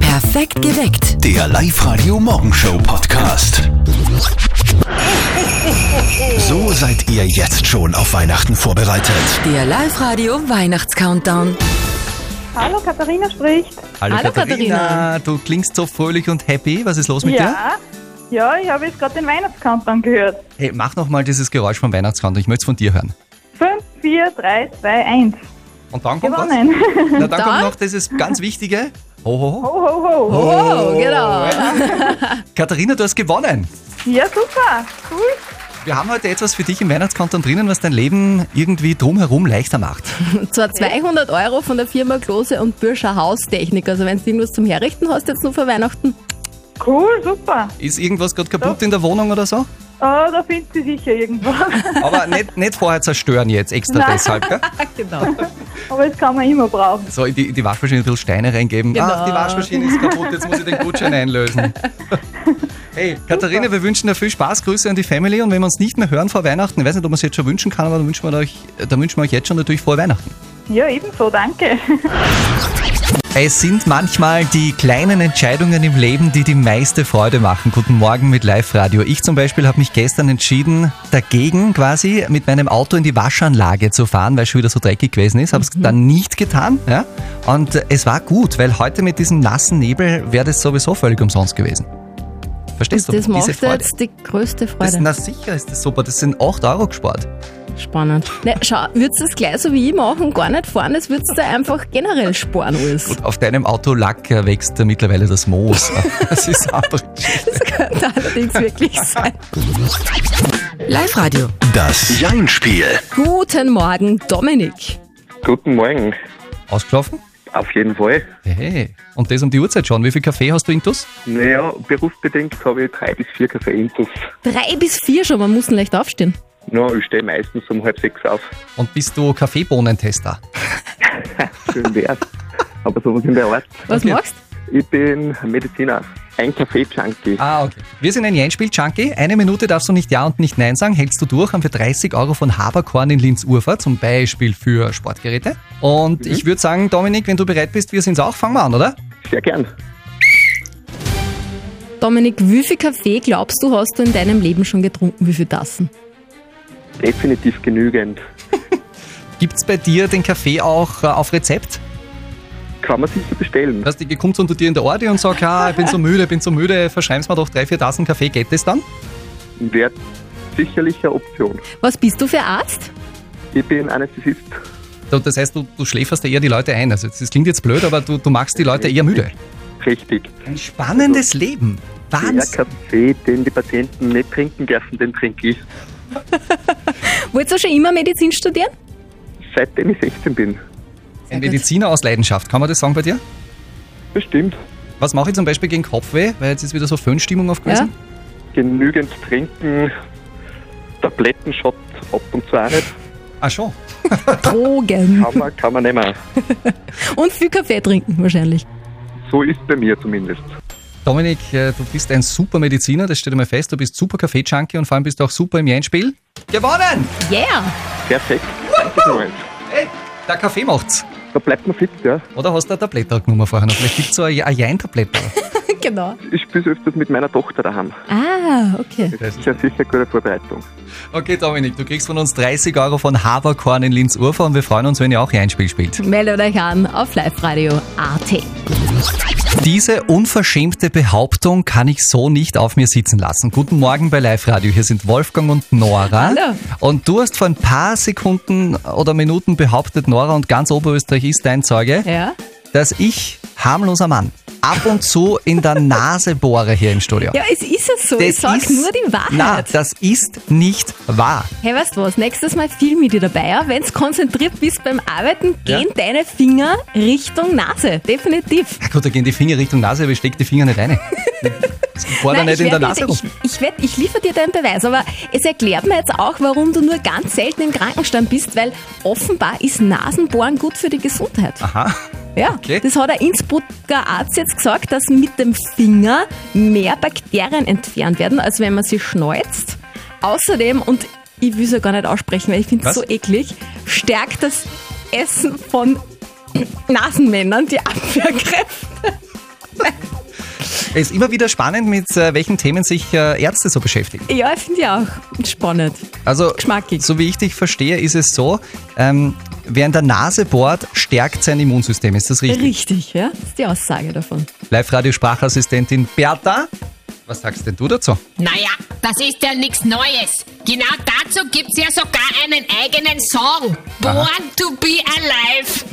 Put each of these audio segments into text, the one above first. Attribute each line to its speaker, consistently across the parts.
Speaker 1: Perfekt geweckt.
Speaker 2: Der Live-Radio Morgenshow Podcast. So seid ihr jetzt schon auf Weihnachten vorbereitet.
Speaker 1: Der Live-Radio Weihnachtscountdown.
Speaker 3: Hallo, Katharina spricht.
Speaker 4: Hallo,
Speaker 5: Hallo,
Speaker 4: Katharina. Du klingst so fröhlich und happy. Was ist los mit dir?
Speaker 3: ja. Ja, ich habe jetzt gerade den Weihnachtscountdown gehört.
Speaker 4: Hey, mach nochmal dieses Geräusch vom Weihnachtskanton. Ich möchte es von dir hören.
Speaker 3: 5, 4, 3, 2, 1.
Speaker 4: Und dann kommt was?
Speaker 3: Gewonnen.
Speaker 4: Na, dann, kommt
Speaker 5: Dann?
Speaker 4: noch dieses ganz Wichtige. Ho, ho, ho.
Speaker 3: Ho, ho, ho.
Speaker 5: Oh, genau.
Speaker 4: Katharina, du hast gewonnen.
Speaker 3: Ja, super. Cool.
Speaker 4: Wir haben heute etwas für dich im Weihnachtskanton drinnen, was dein Leben irgendwie drumherum leichter macht.
Speaker 5: Und zwar 200 Euro von der Firma Klose und Bürscher Haustechnik. Also wenn du irgendwas zum Herrichten hast jetzt nur vor Weihnachten.
Speaker 3: Cool, super.
Speaker 4: Ist irgendwas gerade kaputt in der Wohnung oder so?
Speaker 3: Oh, da findet sie sicher irgendwas.
Speaker 4: Aber nicht, nicht vorher zerstören jetzt extra
Speaker 3: Nein.
Speaker 4: deshalb, gell?
Speaker 5: Genau.
Speaker 3: Aber das kann man immer brauchen.
Speaker 4: So, in die, in die Waschmaschine ein bisschen Steine reingeben.
Speaker 5: Genau.
Speaker 4: Ach, die Waschmaschine ist kaputt, jetzt muss ich den Gutschein einlösen. Hey, Katharina, wir wünschen dir viel Spaß, Grüße an die Family und wenn wir uns nicht mehr hören vor Weihnachten, ich weiß nicht, ob man es jetzt schon wünschen kann, aber dann wünschen wir euch, dann wünschen wir euch jetzt schon natürlich frohe Weihnachten.
Speaker 3: Ja, ebenso, danke.
Speaker 4: Es sind manchmal die kleinen Entscheidungen im Leben, die die meiste Freude machen. Guten Morgen mit Live-Radio. Ich zum Beispiel habe mich gestern entschieden, dagegen quasi mit meinem Auto in die Waschanlage zu fahren, weil es schon wieder so dreckig gewesen ist. Habe
Speaker 5: Mhm.
Speaker 4: es dann nicht getan. Ja? Und es war gut, weil heute mit diesem nassen Nebel wäre das sowieso völlig umsonst gewesen. Verstehst
Speaker 5: Das
Speaker 4: du? Diese
Speaker 5: macht
Speaker 4: Freude.
Speaker 5: jetzt die größte
Speaker 4: Das,
Speaker 5: Freude.
Speaker 4: na sicher ist das super. Das sind 8 Euro gespart.
Speaker 5: Spannend. Ne, schau, würdest du das gleich so wie ich machen, gar nicht fahren, das würdest du einfach generell sparen alles.
Speaker 4: Auf deinem Autolack äh, wächst äh, mittlerweile das Moos. Das ist einfach
Speaker 5: Das könnte allerdings wirklich sein.
Speaker 1: Live-Radio.
Speaker 2: Das Jein-Spiel.
Speaker 5: Guten Morgen, Dominik.
Speaker 6: Guten Morgen.
Speaker 4: ausgelaufen.
Speaker 6: Auf jeden Fall.
Speaker 4: Hey, und das um die Uhrzeit schon. Wie viel Kaffee hast du intus?
Speaker 6: Naja, berufsbedingt habe ich drei bis vier Kaffee-Intus.
Speaker 5: Drei bis vier schon, man muss leicht aufstehen.
Speaker 6: Na, ich stehe meistens um halb sechs auf.
Speaker 4: Und bist du Kaffeebohnentester?
Speaker 6: Schön wär's. Aber sowas in der Art.
Speaker 5: Was
Speaker 4: Okay.
Speaker 5: machst
Speaker 6: Ich bin Mediziner. Ein Kaffee-Junkie.
Speaker 4: Ah, okay. Wir sind ein Jein-Spiel-Junkie. Eine Minute darfst du nicht Ja und nicht Nein sagen. Hältst du durch, haben wir 30 Euro von Haberkorn in Linz-Urfer, zum Beispiel für Sportgeräte. Und ich würde sagen, Dominik, wenn du bereit bist, wir sind's auch. Fangen wir an, oder?
Speaker 6: Sehr gern.
Speaker 5: Dominik, wie viel Kaffee glaubst du, hast du in deinem Leben schon getrunken? Wie viel Tassen?
Speaker 6: Definitiv genügend.
Speaker 4: Gibt's bei dir den Kaffee auch äh, auf Rezept?
Speaker 6: Kann man sicher bestellen.
Speaker 4: Dass die kommt unter dir in der Orde und sagt, ah, ich bin so müde, ich bin so müde, verschreib's mir doch drei, vier Tassen Kaffee, geht das dann?
Speaker 6: Wäre sicherlich eine Option.
Speaker 5: Was bist du für Arzt?
Speaker 6: Ich bin Anästhesist.
Speaker 4: Und das heißt, du, du schläferst ja eher die Leute ein. Also das klingt jetzt blöd, aber du, du machst die Leute eher müde.
Speaker 6: Richtig.
Speaker 4: Ein spannendes Leben.
Speaker 6: Der
Speaker 4: Wahnsinn.
Speaker 6: Kaffee, den die Patienten nicht trinken dürfen, den trinke ich.
Speaker 5: Wolltest du schon immer Medizin studieren?
Speaker 6: Seitdem ich 16 bin.
Speaker 4: Ein Mediziner aus Leidenschaft, kann man das sagen bei dir?
Speaker 6: Bestimmt.
Speaker 4: Was mache ich zum Beispiel gegen Kopfweh? Weil jetzt ist wieder so Föhnstimmung aufgewesen.
Speaker 6: genügend trinken, Tablettenshot ab und zu auch nicht.
Speaker 4: Ah schon.
Speaker 5: Drogen.
Speaker 6: Kann man, kann man nicht mehr.
Speaker 5: Und viel Kaffee trinken wahrscheinlich.
Speaker 6: So ist bei mir zumindest.
Speaker 4: Dominik, äh, du bist ein super Mediziner, das steht einmal fest. Du bist super Kaffee-Junkie und vor allem bist du auch super im Jenspiel. Gewonnen!
Speaker 5: Yeah!
Speaker 6: Perfekt. Danke, Noel.
Speaker 4: Hey, der Kaffee macht's.
Speaker 6: Da bleibt man fit, ja.
Speaker 4: Oder hast du eine Tablette genommen vorher noch? Vielleicht gibt's so eine eine Jein-Tablette.
Speaker 5: genau.
Speaker 6: Ich spiele so öfters mit meiner Tochter daheim.
Speaker 5: Ah, okay.
Speaker 6: Das ist ja sicher eine gute Vorbereitung.
Speaker 4: Okay, Dominik, du kriegst von uns 30 Euro von Haberkorn in Linz-Urfer und wir freuen uns, wenn ihr auch Jein-Spiel spielt.
Speaker 5: Meldet euch an auf liveradio AT.
Speaker 4: Diese unverschämte Behauptung kann ich so nicht auf mir sitzen lassen. Guten Morgen bei Live Radio. Hier sind Wolfgang und Nora.
Speaker 5: Hallo.
Speaker 4: Und du hast vor ein paar Sekunden oder Minuten behauptet, Nora, und ganz Oberösterreich ist dein Zeuge,
Speaker 5: Ja?
Speaker 4: dass ich, harmloser Mann, ab und zu in der Nase bohre hier im Studio.
Speaker 5: Ja, es ist es so. ich sag
Speaker 4: ist-
Speaker 5: nur die
Speaker 4: Na,
Speaker 5: Wahrheit.
Speaker 4: das ist nicht wahr.
Speaker 5: hey, weißt du was? Nächstes Mal film ich dir dabei. Ja? Wenn du konzentriert bist beim Arbeiten,
Speaker 4: Ja.
Speaker 5: gehen deine Finger Richtung Nase. Definitiv.
Speaker 4: Na gut, da gehen die Finger Richtung Nase, aber ich steck die Finger nicht rein. Ich bohr da
Speaker 5: Nein,
Speaker 4: nicht
Speaker 5: ich
Speaker 4: in der
Speaker 5: werd-
Speaker 4: Nase rum.
Speaker 5: Ich, ich, werd, ich liefere dir deinen Beweis, aber es erklärt mir jetzt auch, warum du nur ganz selten im Krankenstand bist, weil offenbar ist Nasenbohren gut für die Gesundheit.
Speaker 4: Aha.
Speaker 5: Ja,
Speaker 4: Okay.
Speaker 5: das hat der Innsbrucker Arzt jetzt gesagt, dass mit dem Finger mehr Bakterien entfernt werden, als wenn man sie schneuzt. Außerdem, und ich will es ja gar nicht aussprechen, weil ich finde es
Speaker 4: Was?
Speaker 5: so eklig, stärkt das Essen von Nasenmännern die Abwehrkräfte.
Speaker 4: Es ist immer wieder spannend, mit äh, welchen Themen sich äh, Ärzte so beschäftigen.
Speaker 5: Ja, finde ich auch spannend.
Speaker 4: Also,
Speaker 5: Geschmackig.
Speaker 4: so wie ich dich verstehe, ist es so, ähm, wer in der Nase bohrt, stärkt sein Immunsystem. Ist das richtig?
Speaker 5: Richtig, ja? Das ist die Aussage davon.
Speaker 4: Live-Radio-Sprachassistentin Bertha, was sagst denn du dazu?
Speaker 7: Naja, das ist ja nichts Neues. Genau dazu gibt's ja sogar einen eigenen Song. Born to be alive.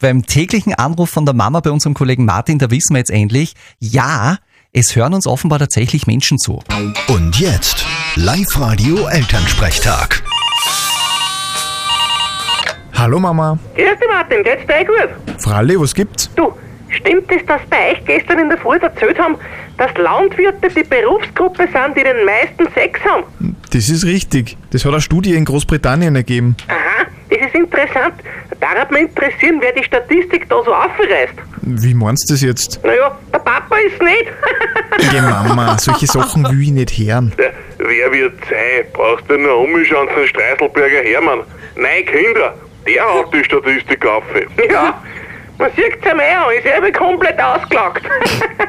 Speaker 4: Beim täglichen Anruf von der Mama bei unserem Kollegen Martin, da wissen wir jetzt endlich, ja, es hören uns offenbar tatsächlich Menschen zu.
Speaker 2: Und jetzt Live-Radio Elternsprechtag.
Speaker 8: Hallo Mama.
Speaker 9: Grüß dich, Martin, geht's dir gut?
Speaker 8: Fralli, was gibt's?
Speaker 9: Du, stimmt es, dass bei euch gestern in der Früh erzählt haben, dass Landwirte die Berufsgruppe sind, die den meisten Sex haben?
Speaker 8: Das ist richtig. Das hat eine Studie in Großbritannien ergeben.
Speaker 9: Aha, das ist interessant. Da hat mich interessieren, wer die Statistik da so aufreißt.
Speaker 8: Wie meinst du das jetzt?
Speaker 9: Naja, der Papa ist nicht.
Speaker 8: Geh Mama, solche Sachen will ich nicht hören.
Speaker 10: Wer wird sein? Brauchst du nur umschauen zum Streiselberger Hermann. Nein, Kinder, der hat die Statistik auf.
Speaker 9: ja, man sieht's ja mehr an, ist ja komplett ausgelockt.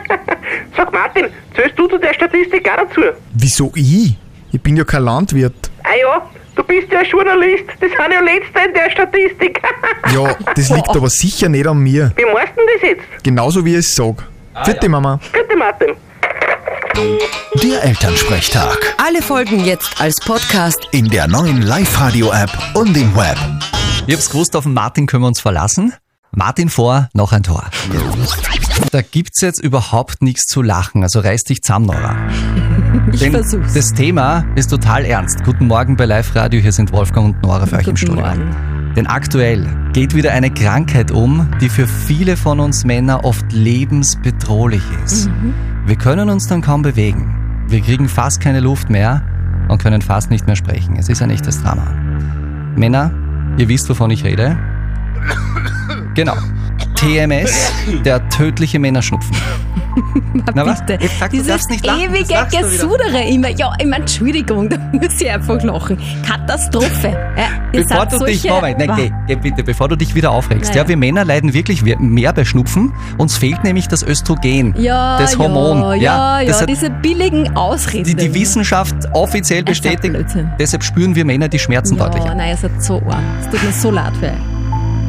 Speaker 9: Sag Martin, zählst du zu der Statistik auch dazu?
Speaker 8: Wieso ich? Ich bin ja kein Landwirt.
Speaker 9: Ah ja, du bist ja ein Journalist, das sind ja Letzte in der Statistik.
Speaker 8: Ja, das liegt aber sicher nicht an mir.
Speaker 9: Wie meinst du denn das jetzt?
Speaker 8: Genauso wie ich es sag.
Speaker 6: Ah
Speaker 8: Vierte Mama.
Speaker 9: Gute Martin.
Speaker 2: Der Elternsprechtag.
Speaker 1: Alle Folgen jetzt als Podcast.
Speaker 2: In der neuen Live-Radio-App und im Web.
Speaker 4: Ich hab's gewusst, auf den Martin können wir uns verlassen. Martin vor, noch ein Tor. Da gibt's jetzt überhaupt nichts zu lachen, also reiß dich zusammen, Nora.
Speaker 5: Ich
Speaker 4: Denn
Speaker 5: versuch's.
Speaker 4: das Thema ist total ernst. Guten Morgen bei Live Radio, hier sind Wolfgang und Nora für euch im
Speaker 5: Guten
Speaker 4: Studio.
Speaker 5: Morgen.
Speaker 4: Denn aktuell geht wieder eine Krankheit um, die für viele von uns Männer oft lebensbedrohlich ist.
Speaker 5: Mhm.
Speaker 4: Wir können uns dann kaum bewegen. Wir kriegen fast keine Luft mehr und können fast nicht mehr sprechen. Es ist ein echtes Drama. Männer, ihr wisst, wovon ich rede. Genau. TMS, der tödliche Männerschnupfen. Na was?
Speaker 5: Bitte.
Speaker 4: Jetzt sag, du
Speaker 5: Dieses
Speaker 4: darfst nicht lachen, sonst
Speaker 5: ewige
Speaker 4: lachst du wieder.
Speaker 5: Gesudere immer. Ja, ich meine, Entschuldigung, da muss ich einfach lachen. Katastrophe. Ja, ihr
Speaker 4: Bevor
Speaker 5: seid
Speaker 4: du dich,
Speaker 5: solche-
Speaker 4: Moment, nein, geh, geh bitte, bevor du dich wieder aufregst.
Speaker 5: Naja.
Speaker 4: Ja, wir Männer leiden wirklich we- mehr bei Schnupfen. Uns fehlt nämlich das Östrogen,
Speaker 5: ja,
Speaker 4: das Hormon.
Speaker 5: Ja, ja,
Speaker 4: das hat
Speaker 5: diese billigen Ausreden.
Speaker 4: die, die Wissenschaft offiziell
Speaker 5: Es ist ein
Speaker 4: bestätigt.
Speaker 5: Blödsinn.
Speaker 4: Deshalb spüren wir Männer die Schmerzen deutlicher.
Speaker 5: Ja, nein, ihr seid so arm. Es tut mir so leid für euch.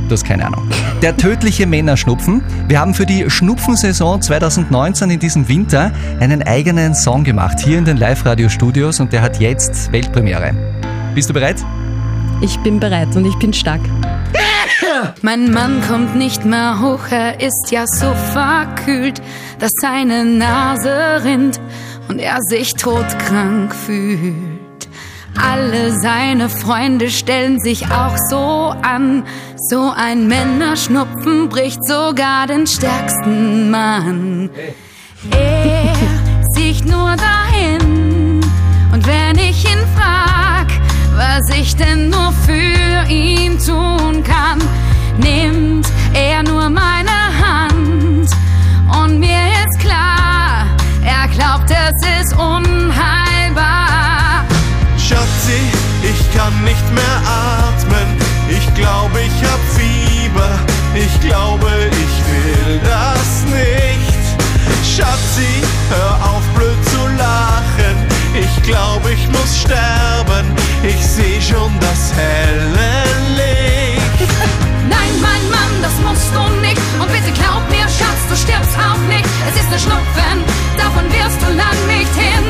Speaker 4: Du hast keine Ahnung. Der tödliche Männerschnupfen. Wir haben für die Schnupfensaison 2019 in diesem Winter einen eigenen Song gemacht, hier in den Live-Radio-Studios und der hat jetzt Weltpremiere. Bist du bereit?
Speaker 5: Ich bin bereit und ich bin stark.
Speaker 11: Mein Mann kommt nicht mehr hoch, er ist ja so verkühlt, dass seine Nase rinnt und er sich todkrank fühlt. Alle seine Freunde stellen sich auch so an. So ein Männerschnupfen bricht sogar den stärksten Mann. Er sieht nur dahin. Und wenn ich ihn frag, was ich denn nur für ihn tun kann, nimmt er nur meine Hand. Und mir ist klar, er glaubt, es ist unheilbar.
Speaker 10: Schatzi, ich kann nicht mehr atmen. Ich glaube, ich hab Fieber. Ich glaube, ich will das nicht. Schatzi, hör auf, blöd zu lachen. Ich glaube, ich muss sterben. Ich sehe schon das helle Licht.
Speaker 11: Nein, mein Mann, das musst du nicht. Und bitte glaub mir, Schatz, du stirbst auch nicht. Es ist ein Schnupfen, davon wirst du lang nicht hin.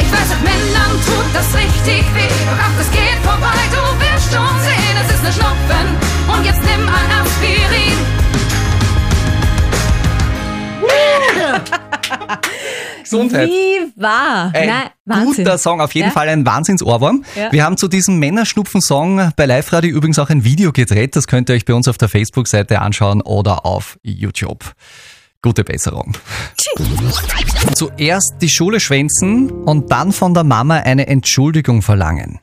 Speaker 11: Ich weiß, mit Männern tut das richtig weh. Doch auch das geht vorbei, du wirst schon sehen. Es ist ein Schnupfen und jetzt nimm ein Aspirin.
Speaker 4: Gesundheit.
Speaker 5: Wie wahr?
Speaker 4: Ein
Speaker 5: nein, Wahnsinn.
Speaker 4: guter Song, auf jeden
Speaker 5: Ja?
Speaker 4: Fall ein Wahnsinnsohrwurm.
Speaker 5: Ja.
Speaker 4: Wir haben zu diesem Männerschnupfen-Song bei Live Radio übrigens auch ein Video gedreht. Das könnt ihr euch bei uns auf der Facebook-Seite anschauen oder auf YouTube. Gute Besserung. Zuerst die Schule schwänzen und dann von der Mama eine Entschuldigung verlangen.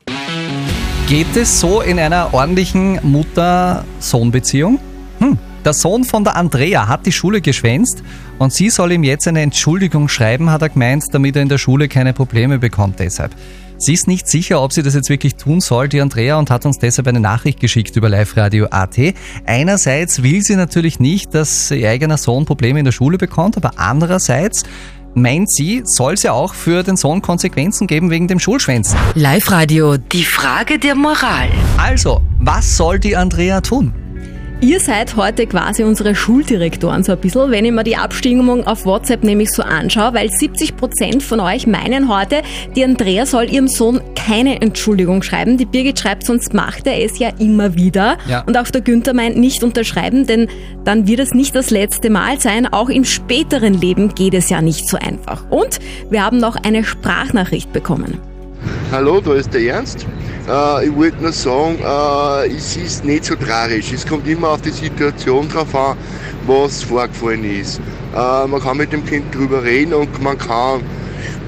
Speaker 4: Geht es so in einer ordentlichen Mutter-Sohn-Beziehung? Hm. Der Sohn von der Andrea hat die Schule geschwänzt und sie soll ihm jetzt eine Entschuldigung schreiben, hat er gemeint, damit er in der Schule keine Probleme bekommt deshalb. Sie ist nicht sicher, ob sie das jetzt wirklich tun soll, die Andrea, und hat uns deshalb eine Nachricht geschickt über liveradio.at. Einerseits will sie natürlich nicht, dass ihr eigener Sohn Probleme in der Schule bekommt, aber andererseits meint sie, soll es ja auch für den Sohn Konsequenzen geben wegen dem Schulschwänzen.
Speaker 1: Live-Radio, die Frage der Moral.
Speaker 4: Also, was soll die Andrea tun?
Speaker 5: Ihr seid heute quasi unsere Schuldirektoren so ein bisschen, wenn ich mir die Abstimmung auf WhatsApp nämlich so anschaue, weil 70% von euch meinen heute, die Andrea soll ihrem Sohn keine Entschuldigung schreiben. Die Birgit schreibt, sonst macht er es ja immer wieder.
Speaker 4: Ja.
Speaker 5: Und auch der Günther meint, nicht unterschreiben, denn dann wird es nicht das letzte Mal sein. Auch im späteren Leben geht es ja nicht so einfach. Und wir haben noch eine Sprachnachricht bekommen.
Speaker 9: Hallo, da ist der Ernst. Äh, ich wollte nur sagen, äh, es ist nicht so tragisch. Es kommt immer auf die Situation drauf an, was vorgefallen ist. Äh, man kann mit dem Kind drüber reden und man kann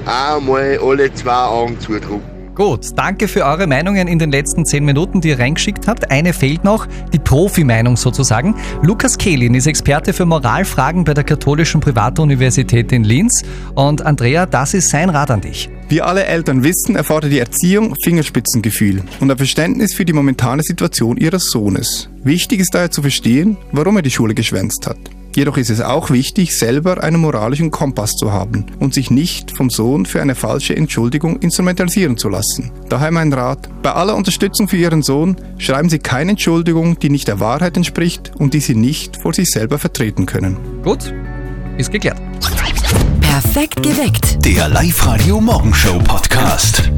Speaker 9: einmal alle zwei Augen zudrücken.
Speaker 4: Gut, danke für eure Meinungen in den letzten 10 Minuten, die ihr reingeschickt habt. Eine fehlt noch, die Profi-Meinung sozusagen. Lukas Kehlin ist Experte für Moralfragen bei der Katholischen Privatuniversität in Linz. Und Andrea, das ist sein Rat an dich.
Speaker 11: Wie alle Eltern wissen, erfordert die Erziehung Fingerspitzengefühl und ein Verständnis für die momentane Situation ihres Sohnes. Wichtig ist daher zu verstehen, warum er die Schule geschwänzt hat. Jedoch ist es auch wichtig, selber einen moralischen Kompass zu haben und sich nicht vom Sohn für eine falsche Entschuldigung instrumentalisieren zu lassen. Daher mein Rat, bei aller Unterstützung für Ihren Sohn schreiben Sie keine Entschuldigung, die nicht der Wahrheit entspricht und die Sie nicht vor sich selber vertreten können.
Speaker 4: Gut, ist geklärt.
Speaker 1: Perfekt geweckt.
Speaker 2: Der Live-Radio Morgenshow Podcast.